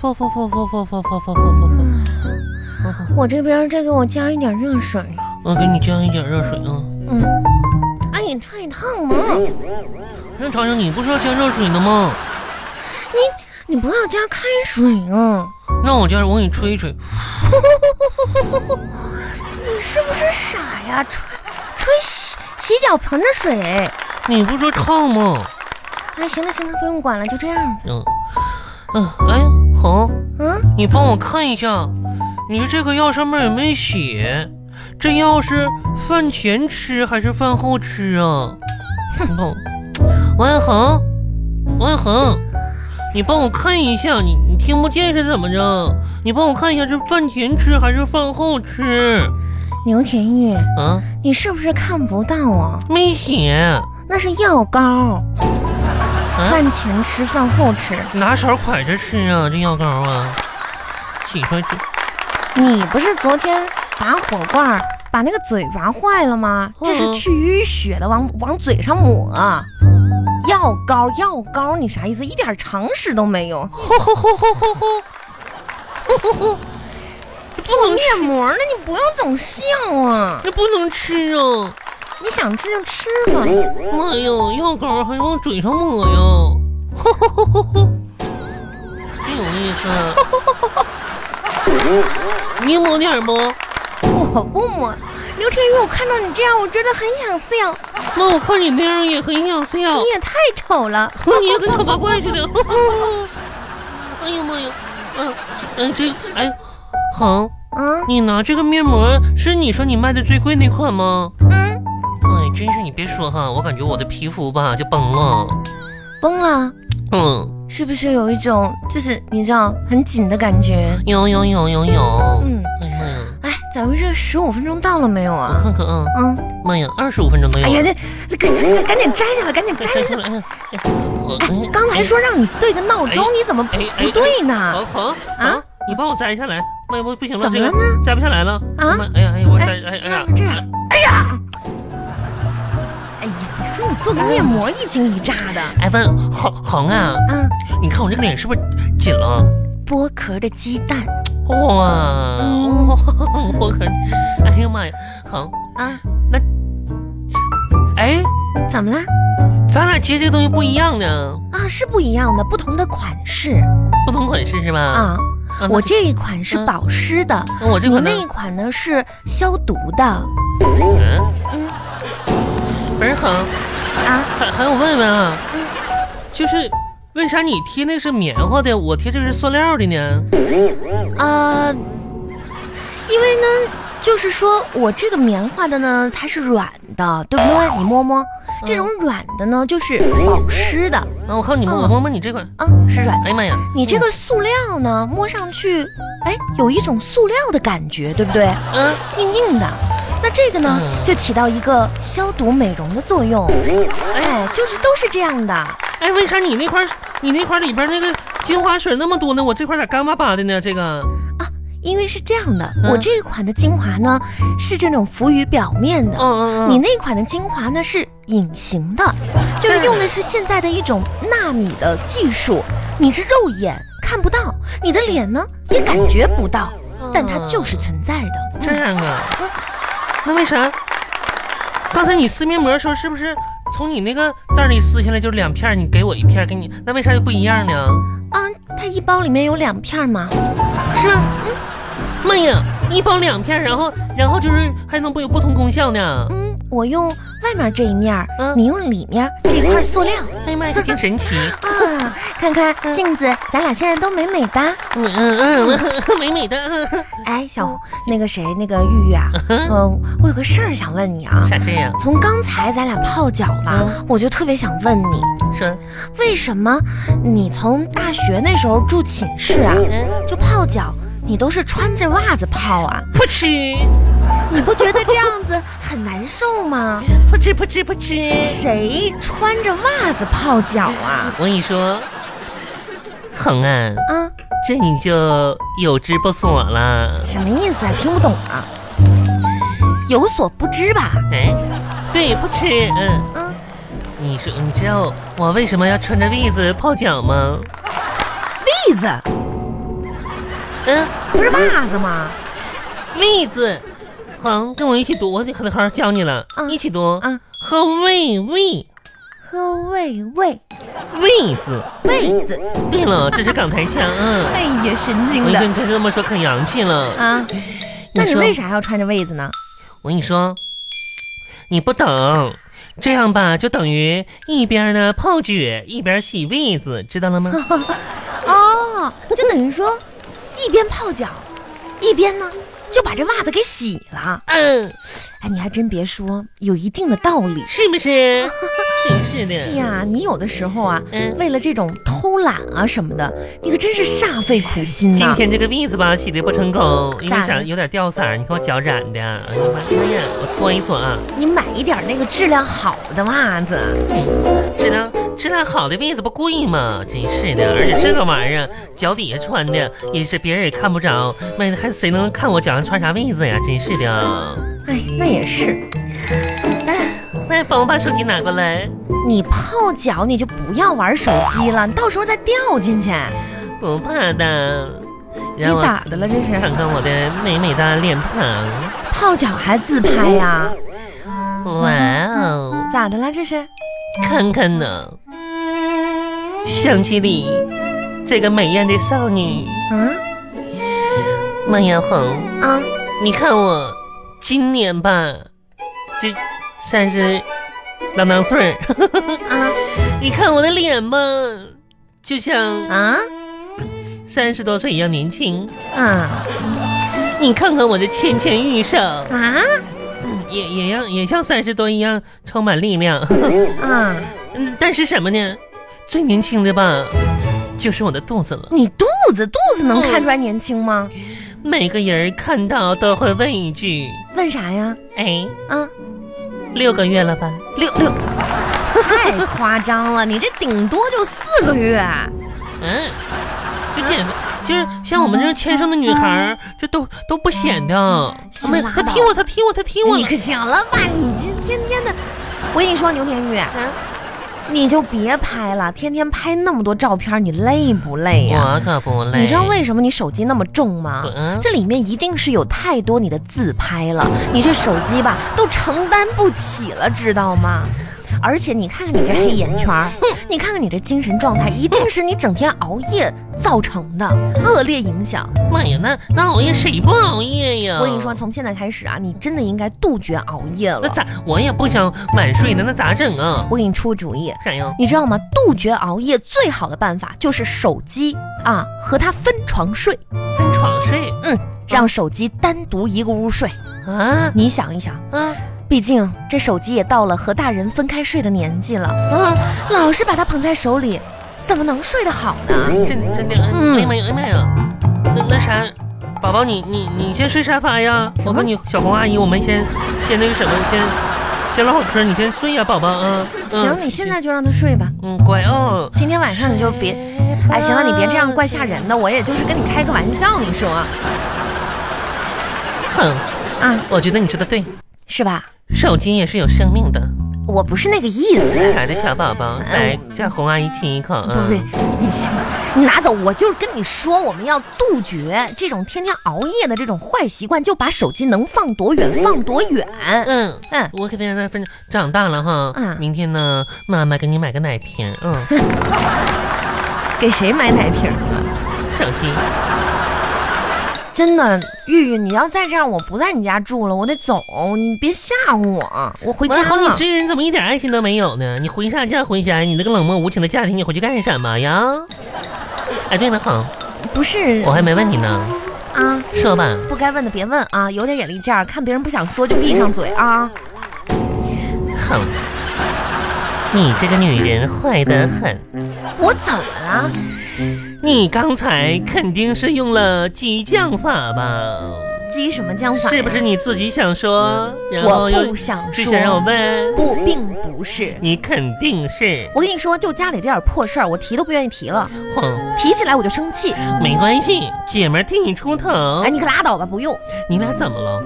啵啵啵啵啵啵啵啵啵啵。我这边再给我加一点热水。我给你加一点热水啊。嗯，哎，你太烫了，那长长，你不是要加热水的吗？你不要加开水啊！ 那我加，我给你吹一吹。你是不是傻呀？吹吹洗洗脚盆的水。你不是说烫吗？哎，行了行了，不用管了，就这样。嗯嗯，哎，好，嗯，你帮我看一下，你这个药上面有没有写？这药是饭前吃还是饭后吃啊？你帮我，王一恒，王一恒，你帮我看一下，你你听不见是怎么着？你帮我看一下是饭前吃还是饭后吃？牛田玉，啊，你是不是看不到啊？没写，那是药膏，啊，饭前吃，饭后吃。拿勺蒯着吃啊，这药膏啊，起出来吃。你不是昨天拔火罐儿把那个嘴拔坏了吗？嗯这是去淤血的，往往嘴上抹。啊药膏，药膏，你啥意思？一点常识都没有。吼吼吼吼吼吼，吼吼吼，做面膜呢，你不要总笑啊！那不能吃啊！你想吃就吃吧。妈呀，药膏还往嘴上抹呀！ 吼吼吼吼吼，真有意思。你抹点不？我不抹。刘天宇，我看到你这样，我真的很想笑。那我看你那样也很想笑你，也太丑了。你也跟丑八怪似的。 吼吼吼哎呀妈呀，嗯、嗯、这哎，恒，啊，你拿这个面膜是你说你卖的最贵那款吗？嗯，哎，真是你别说哈，我感觉我的皮肤吧就崩了。崩了，嗯，是不是有一种就是你知道很紧的感觉？有有有有有。嗯，哎呀妈呀，哎，咱们这十五分钟到了没有我啊？看看啊，嗯，妈呀，二十五分钟都有。哎呀，那那赶赶赶紧摘下来，赶紧摘摘下出 来。来。哎哎我，刚才说让你对个闹哎钟，你怎么不哎哎不对好呢？好啊啊，你帮我摘下来。妈呀，不不行了，怎么这个了呢摘不下来了。啊妈哎呀哎呀，我摘哎哎哎要呀不，这样，哎呀，哎呀，你说你做个面膜一惊一乍的，哎问红红啊，啊，你看我这个脸是不是紧了？啊剥壳的鸡蛋哇，嗯哇我可，哎呀妈呀，好，啊，哎，怎么了？咱俩接这个东西不一样呢，啊，是不一样的，不同的款式不同款式是吧？啊。啊，我那这一款是嗯保湿的，那我这你款呢那一款呢是消毒的嗯嗯不是恒，啊。还还有问问啊，就是为啥你贴那是棉花的，我贴这是塑料的呢？呃，因为呢，就是说我这个棉花的呢，它是软的，对不对？你摸嗯摸，这种软的呢就是保湿的啊，我看你摸，嗯我摸摸你这款，啊，是软的。哎呀妈呀，你这个塑料呢，摸上去，哎，有一种塑料的感觉，对不对？嗯，硬硬的。那这个呢，嗯就起到一个消毒美容的作用。哎，就是都是这样的。哎，为啥你那块儿你那块儿里边那个精华水那么多呢？我这块儿咋干巴巴的呢？这个因为是这样的，嗯我这一款的精华呢是这种浮于表面的，嗯嗯嗯你那款的精华呢是隐 形的，就是用的是现在的一种纳米的技术，你是肉眼看不到，你的脸呢也感觉不到，嗯但它就是存在的。哦这样啊？那为啥？刚才你撕面膜的时候，是不是从你那个袋里撕下来就两片儿，你给我一片儿，给你，那为啥就不一样呢？啊，它一包里面有两片嘛，是吧？嗯，妈呀，一包两片儿，然后然后就是还能不有不同功效呢？嗯，我用外面这一面儿，嗯你用里面这一块塑料哎呀妈呀，这挺神奇。啊，看看镜子，咱俩现在都美美哒。嗯嗯嗯，美美的。哎，小那个谁，那个玉玉啊，嗯、我有个事儿想问你啊。啥事呀、从刚才咱俩泡脚吧，嗯我就特别想问你，说，为什么你从大学那时候住寝室啊，嗯，就泡脚，你都是穿着袜子泡啊？不吃，你不觉得这样子很难受 吗？不吃，不吃，不吃。谁穿着袜子泡脚啊？我跟你说，恒啊，啊，这你就有知不所了。什么意思啊？听不懂啊？有所不知吧？哎，对，不吃，嗯。嗯，你说，你知道我为什么要穿着袜子泡脚吗？栗子，嗯，不是袜子吗？妹子，好，跟我一起读，我得好好教你了，嗯一起读。啊，喝喂喂喝喂喂喂字。喂子，对了，这是港台腔啊。哎呀，神我经跟的你这么说可洋气了。啊！那你说为啥要穿着位子呢？我跟你说，你不懂。这样吧，就等于一边呢泡脚，一边洗胃子，知道了吗？哦，就等于说一边泡脚，一边呢就把这袜子给洗了。嗯，哎，你还真别说，有一定的道理。是不是？真是哎的。呀，你有的时候啊，嗯为了这种偷懒啊什么的，你可真是煞费苦心呐、今天这个篦子吧，洗的不成功，因为咋啥？了有点掉色儿，你看我脚染的。哎呀妈呀，我搓一搓啊。你买一点那个质量好的袜子，质量质量好的篦子不贵吗？真是的，而且这个玩意儿脚底下穿的也是别人也看不着，妹子还谁能看我脚上穿啥篦子呀？真是的。哎，那也是。哎那帮我把手机拿过来。你泡脚你就不要玩手机了，你到时候再掉进去。不怕的，你让我咋的了？这是看看我的美美的脸庞。泡脚还自拍呀、哇哦，咋的了？这是看看呢，相机里这个美艳的少女啊孟艳红。啊，你看我今年吧，就三十郎当岁儿。 啊你看我的脸吧，就像啊三十多岁一样年轻。啊你看看我这纤纤玉手，啊也也让也像三十多一样充满力量。 啊！嗯，但是什么呢？最年轻的吧，就是我的肚子了。你肚子肚子能看出来年轻吗？每个人看到都会问一句问啥呀？：“哎，啊，六个月了吧六六， 太夸张了！你这顶多就四个月。？”嗯，就减肥，就是像我们这种天生的女孩儿，这都都不显的。是没，嗯拉他倒踢我，他踢我，他踢我你了可。行了吧？你今天天的，我跟你说，牛田玉，啊你就别拍了，天天拍那么多照片，你累不累呀、我可不累。啊你知道为什么你手机那么重吗？嗯这里面一定是有太多你的自拍了，你这手机吧都承担不起了，知道吗？而且你看看你这黑眼圈儿，你看看你这精神状态，一定是你整天熬夜造成的恶劣影响。妈呀，那那熬夜谁不熬夜呀？我跟你说，，从现在开始啊，你真的应该杜绝熬夜那了。咋？我也不想晚睡呢，那咋整啊？我给你出个主意，啥呀？你知道吗？杜绝熬夜最好的办法就是手机啊和它分床睡，分床睡让手机单独一个屋睡。啊你想一想，啊毕竟这手机也到了和大人分开睡的年纪了，啊！老是把它捧在手里，怎么能睡得好呢？真真的，嗯哎呀妈呀，哎呀妈呀，那那啥，宝宝你你你先睡沙发呀，什么我跟你小红阿姨，我们先先那个什么，先先唠会嗑，你先睡呀，宝宝啊。嗯行，你现在就让他睡吧。嗯乖哦，今天晚上你就别，哎，行了，你别这样怪吓人的，我也就是跟你开个玩笑，你说哼，啊，我觉得你说的对，是吧？手机也是有生命的。我不是那个意思，可爱的小宝宝，来叫红阿姨亲一口嗯不啊不，。你你拿走，我就是跟你说，我们要杜绝这种天天熬夜的这种坏习惯，就把手机能放多远放多远。嗯。嗯，我给大家分长大了哈，嗯明天呢，妈妈给你买个奶瓶，嗯， 给谁买奶瓶了？手机，真的，玉玉，你要再这样，我不在你家住了，我得走，你别吓唬我，我回家王好，你了。这个人怎么一点爱心都没有呢？你回啥家回啥？你那个冷漠无情的家庭，你回去干什么呀？哎，对了，好，不是我还没问你呢，啊，说吧，不该问的别问啊，有点眼力见儿，看别人不想说就闭上嘴啊。哼，你这个女人坏得很，我怎么了？你刚才肯定是用了激将法吧？激什么将法？是不是？你自己想说，然后我又不想就说想，让我问？不，并不是。你肯定是，我跟你说，就家里这点破事儿，我提都不愿意提了，哼，提起来我就生气。没关系，姐们儿替你出头哎，。你可拉倒吧，不用。你俩怎么了？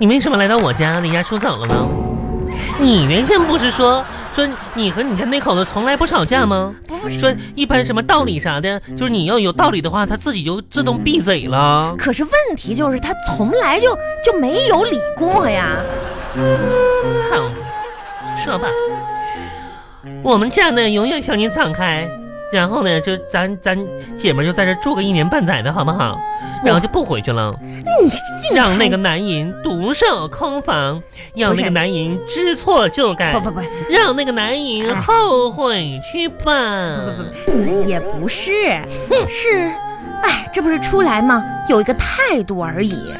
你为什么来到我家离家出走了呢？你原先不是说说你和你家那口子从来不吵架吗？不是。说一般什么道理啥的，就是你要有道理的话，他自己就自动闭嘴了。可是问题就是他从来就就没有理过呀。哼，说吧，我们家呢永远向你敞开，然后呢就咱咱姐们儿就在这住个一年半载的好不好？然后就不回去了，你竟让那然个男人独守空房，让那不是个男人知错就改不，不不不让那个男人后悔去吧。不，你也不是，是，哎，这不是出来吗？有一个态度而已。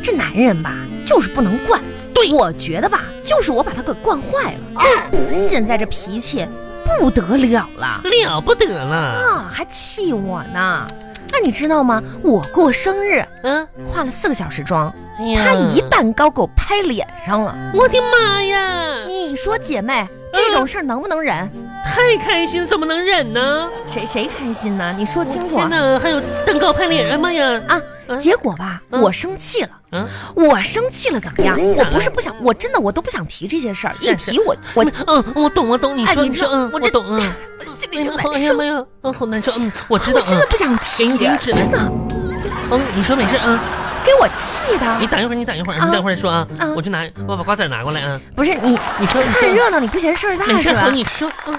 这男人吧，就是不能惯。对我觉得吧，就是我把他给惯坏了。现在这脾气不得了了了不得了，啊，还气我呢。那你知道吗？我过生日嗯，化了四个小时妆，哎呀他一蛋糕给我拍脸上了。我的妈呀！你说姐妹，这种事儿能不能忍？太开心怎么能忍呢？谁谁开心呢？你说清楚啊天。哪，还有蛋糕拍脸，哎妈呀！啊嗯，结果吧，嗯我生气了，嗯我生气了怎么样？我咋了不是不想，我真的我都不想提这些事儿，是一提我我嗯，我懂，我懂，你哎说，你你说，这嗯，我我这懂， 嗯，我心哎里呀就难哎呀受，妈呀，嗯，好难受，嗯，我知道，我真的嗯，不想给提，你真零指的嗯，你说没事，嗯，给我气你的。等一会儿，你等一会儿，啊你等一会儿再说啊啊，我去拿，我把瓜子儿拿过来啊，不是你你说，你看说，热闹你不嫌事儿大啊没是事，吧好，？你说，嗯，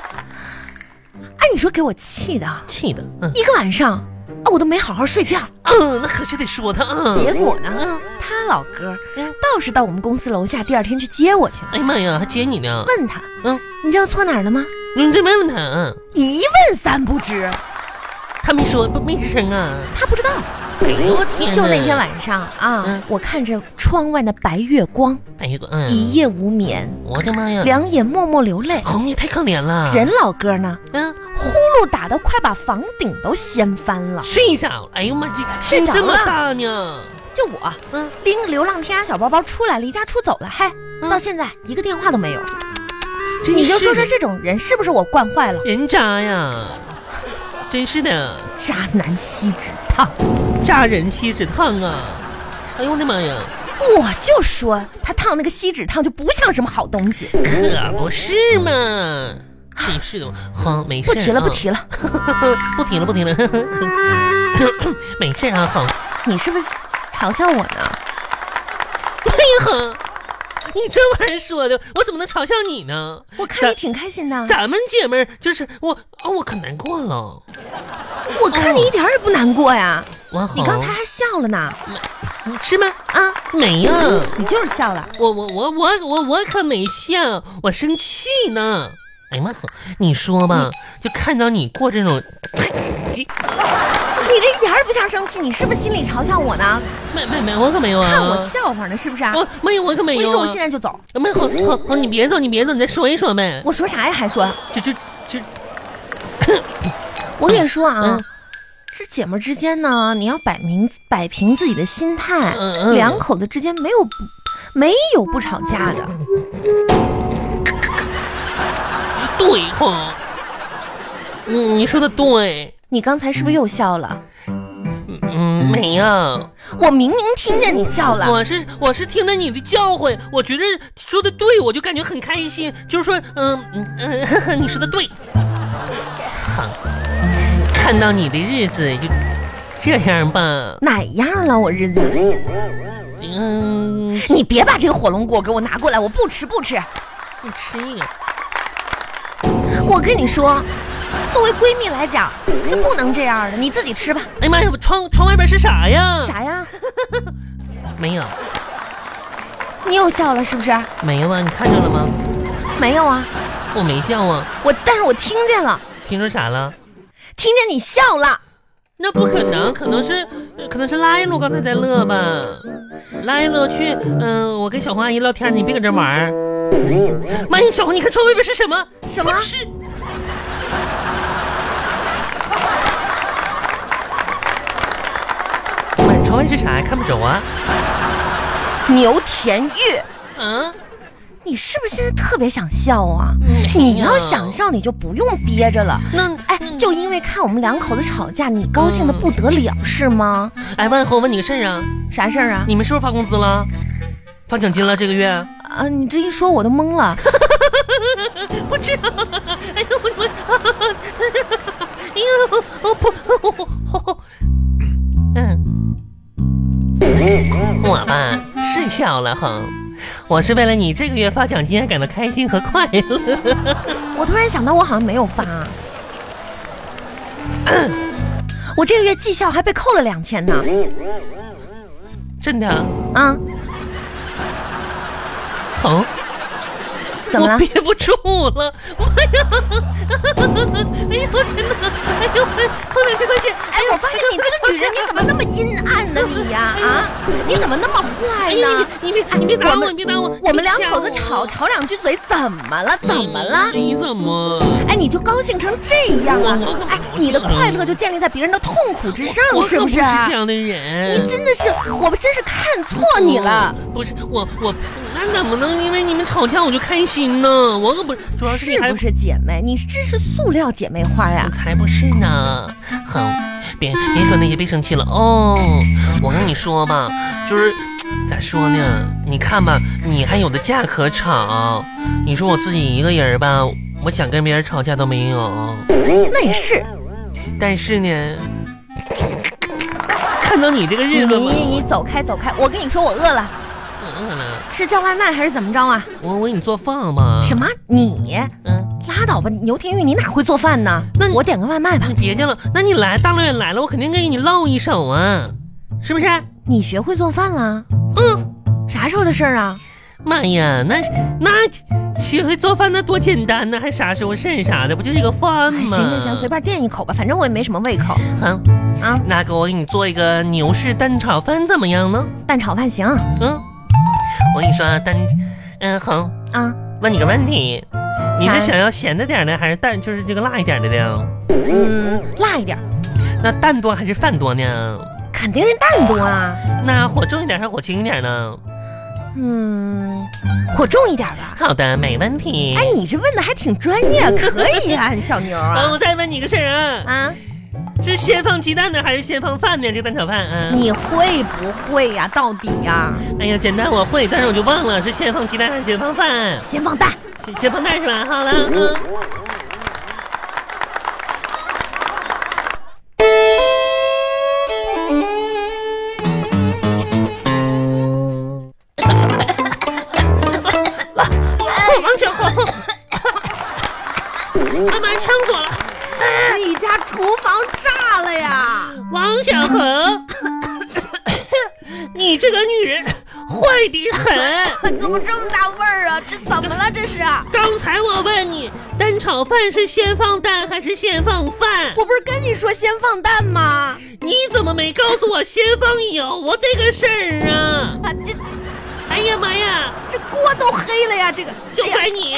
哎，你说给我气的，气的，嗯，一个晚上啊我都没好好睡觉。嗯，那可是得说他，嗯，结果呢嗯，他老哥嗯倒是到我们公司楼下，第二天去接我去了。哎呀妈呀，还接你呢，问他，嗯，你知道错哪儿了吗？你再问问他，嗯，一问三不知，他没说，不没吱声啊，他不知道。哎呦我天哪，就那天晚上啊，嗯我看着窗外的白月光，哎呀，嗯，一夜无眠，我的妈呀，两眼默默流泪。红也太可怜了，人老哥呢，嗯，呼噜打的快把房顶都掀翻了。睡着了，哎呦妈，这睡心着这么了大呢，就我，嗯拎个流浪天涯小包包出来，离家出走了，嗨，嗯到现在一个电话都没有。真你就说是说这种人是不是我惯坏了？人渣呀，真是的，渣男锡纸烫，渣人七尺烫啊！哎呦我的妈呀，我就说他烫那个锡纸烫就不像什么好东西。可不是嘛！真是的，哼，没事、不啊，提了，不提了， 不提了，不提了， 没事啊，哼，你是不是嘲笑我呢？哎呀哼，你这玩意儿说的，我怎么能嘲笑你呢？我看咱你挺开心的，啊咱们姐们儿就是我，哦，我可难过了，我看你一点儿也不难过呀。王红，你刚才还笑了呢，是吗？啊，没呀、你就是笑了。我我我我我我可没笑，我生气呢。哎呀妈呵，你说嗯吧，就看到你过这种，你这一点儿也不像生气，你是不是心里嘲笑我呢？没没没，我可没有啊。看我笑话呢，是不是啊？我没有，我可没我有、跟啊。你说，我现在就走。没好好好，你别走，你别走，你再说一说呗。我说啥呀？还说，就就就，我跟你说啊嗯，这姐们儿之间呢，你要摆明摆平自己的心态嗯嗯，两口子之间没有不没有不吵架的。对哈。嗯，你说的对。你刚才是不是又笑了？嗯，没呀、我明明听见你笑了。我是我是听了你的教诲，我觉得说的对，我就感觉很开心。就是说，嗯嗯嗯呵呵，你说的对。好，看到你的日子就这样吧。哪样了？我日子，嗯，你别把这个火龙果给我拿过来，我不吃不吃。你吃一个。我跟你说，作为闺蜜来讲，这不能这样的，你自己吃吧。哎呀妈呀，窗窗外边是啥呀？啥呀？没有，你又笑了是不是？没有啊，你看着了吗？没有啊，我没笑啊。我但是我听见了，听说啥了？听见你笑了。那不可能，可能是呃可能是拉一路刚才在乐吧，拉一路去，嗯、我跟小红阿姨聊天，你别搁这玩儿。妈呀，小红，你看窗外边是什么？什么不是，妈呀，窗外是啥呀？看不着啊。牛田玉，嗯，你是不是现在特别想笑啊？没有你要想笑，你就不用憋着了。那哎，就因为看我们两口子吵架，你高兴的不得了是吗？哎，万红，我问你个事儿啊，啥事儿啊？你们是不是发工资了？发奖金了？这个月？啊，你这一说我都懵了。不吃！哎呦我我，哎呦我不，嗯，我吧是笑了哈，我是为了你这个月发奖金而感到开心和快乐。我突然想到，我好像没有发、我这个月绩效还被扣了两千呢。真的，啊、好，怎么我了？憋不住了，哎呀，哎呦我天哪，哎呦扣两千块钱，哎，我发现你这个女人，你怎么那么阴暗呢？你呀啊你怎么那么坏哎呢呀？，你别你别打我，你别打我，我们你两吓口子吵吵两句嘴，怎么了？怎么了？你怎么？哎，你就高兴成这样了我我可？不哎，你的快乐就建立在别人的痛苦之上，我可是不不是是？这样的人。你真的是，我们真是看错你了。嗯不是我我那怎么能因为你们吵架我就开心呢？我可不是，主要是你是还不是姐妹？你这是塑料姐妹花呀我！才不是呢！好，别别说那些，别生气了哦。我跟你说吧，就是咋说呢？你看吧，你还有的架可吵。你说我自己一个人吧，我想跟别人吵架都没有。那也是，但是呢，看到你这个你日你子吧，你你走开走开！我跟你说，我饿了，我饿了，是叫外卖还是怎么着啊？我我给你做饭吧。什？么？你嗯，拉倒吧！牛天玉，你哪会做饭呢？那你我点个外卖吧。你别介了，那你来大老远来了，我肯定给你露一手啊，是不是？你学会做饭了？嗯。啥时候的事儿啊？妈呀，那那学会做饭那多简单呢，还啥时候剩啥的，不就是一个饭哎吗？行行行，随便垫一口吧，反正我也没什么胃口好，啊。那给我给你做一个牛式蛋炒饭怎么样呢？蛋炒饭行嗯，我跟你说啊，蛋，嗯好，啊，问你个问题，你啥是呀想要咸的点儿呢，还是蛋就是这个辣一点儿的呢？嗯，辣一点儿，那蛋多还是饭多呢？肯定是蛋多啊。那火重一点儿还是火轻一点儿呢？嗯，火重一点儿吧。好的，没问题。哎，你这问的还挺专业，可以啊，你小妞呃，啊 我再问你个事儿啊，啊！是先放鸡蛋呢，还是先放饭呢？这蛋炒饭啊？你会不会呀、到底啊呀、哎呀，简单我会，但是我就忘了是先放鸡蛋还是先放饭，先放蛋，先先放蛋是吧？好了， 嗯。王小 红，妈妈呛死我了！你家厨房炸了呀！王小红，你这个女人坏的很。怎么这么大味儿啊？这怎么了？这是？刚才我问你，蛋炒饭是先放蛋还是先放饭？我不是跟你说先放蛋吗？你怎么没告诉我先放油？我这个事儿啊！啊，这哎呀妈呀，这锅都黑了呀！这个，就哎呀怪你！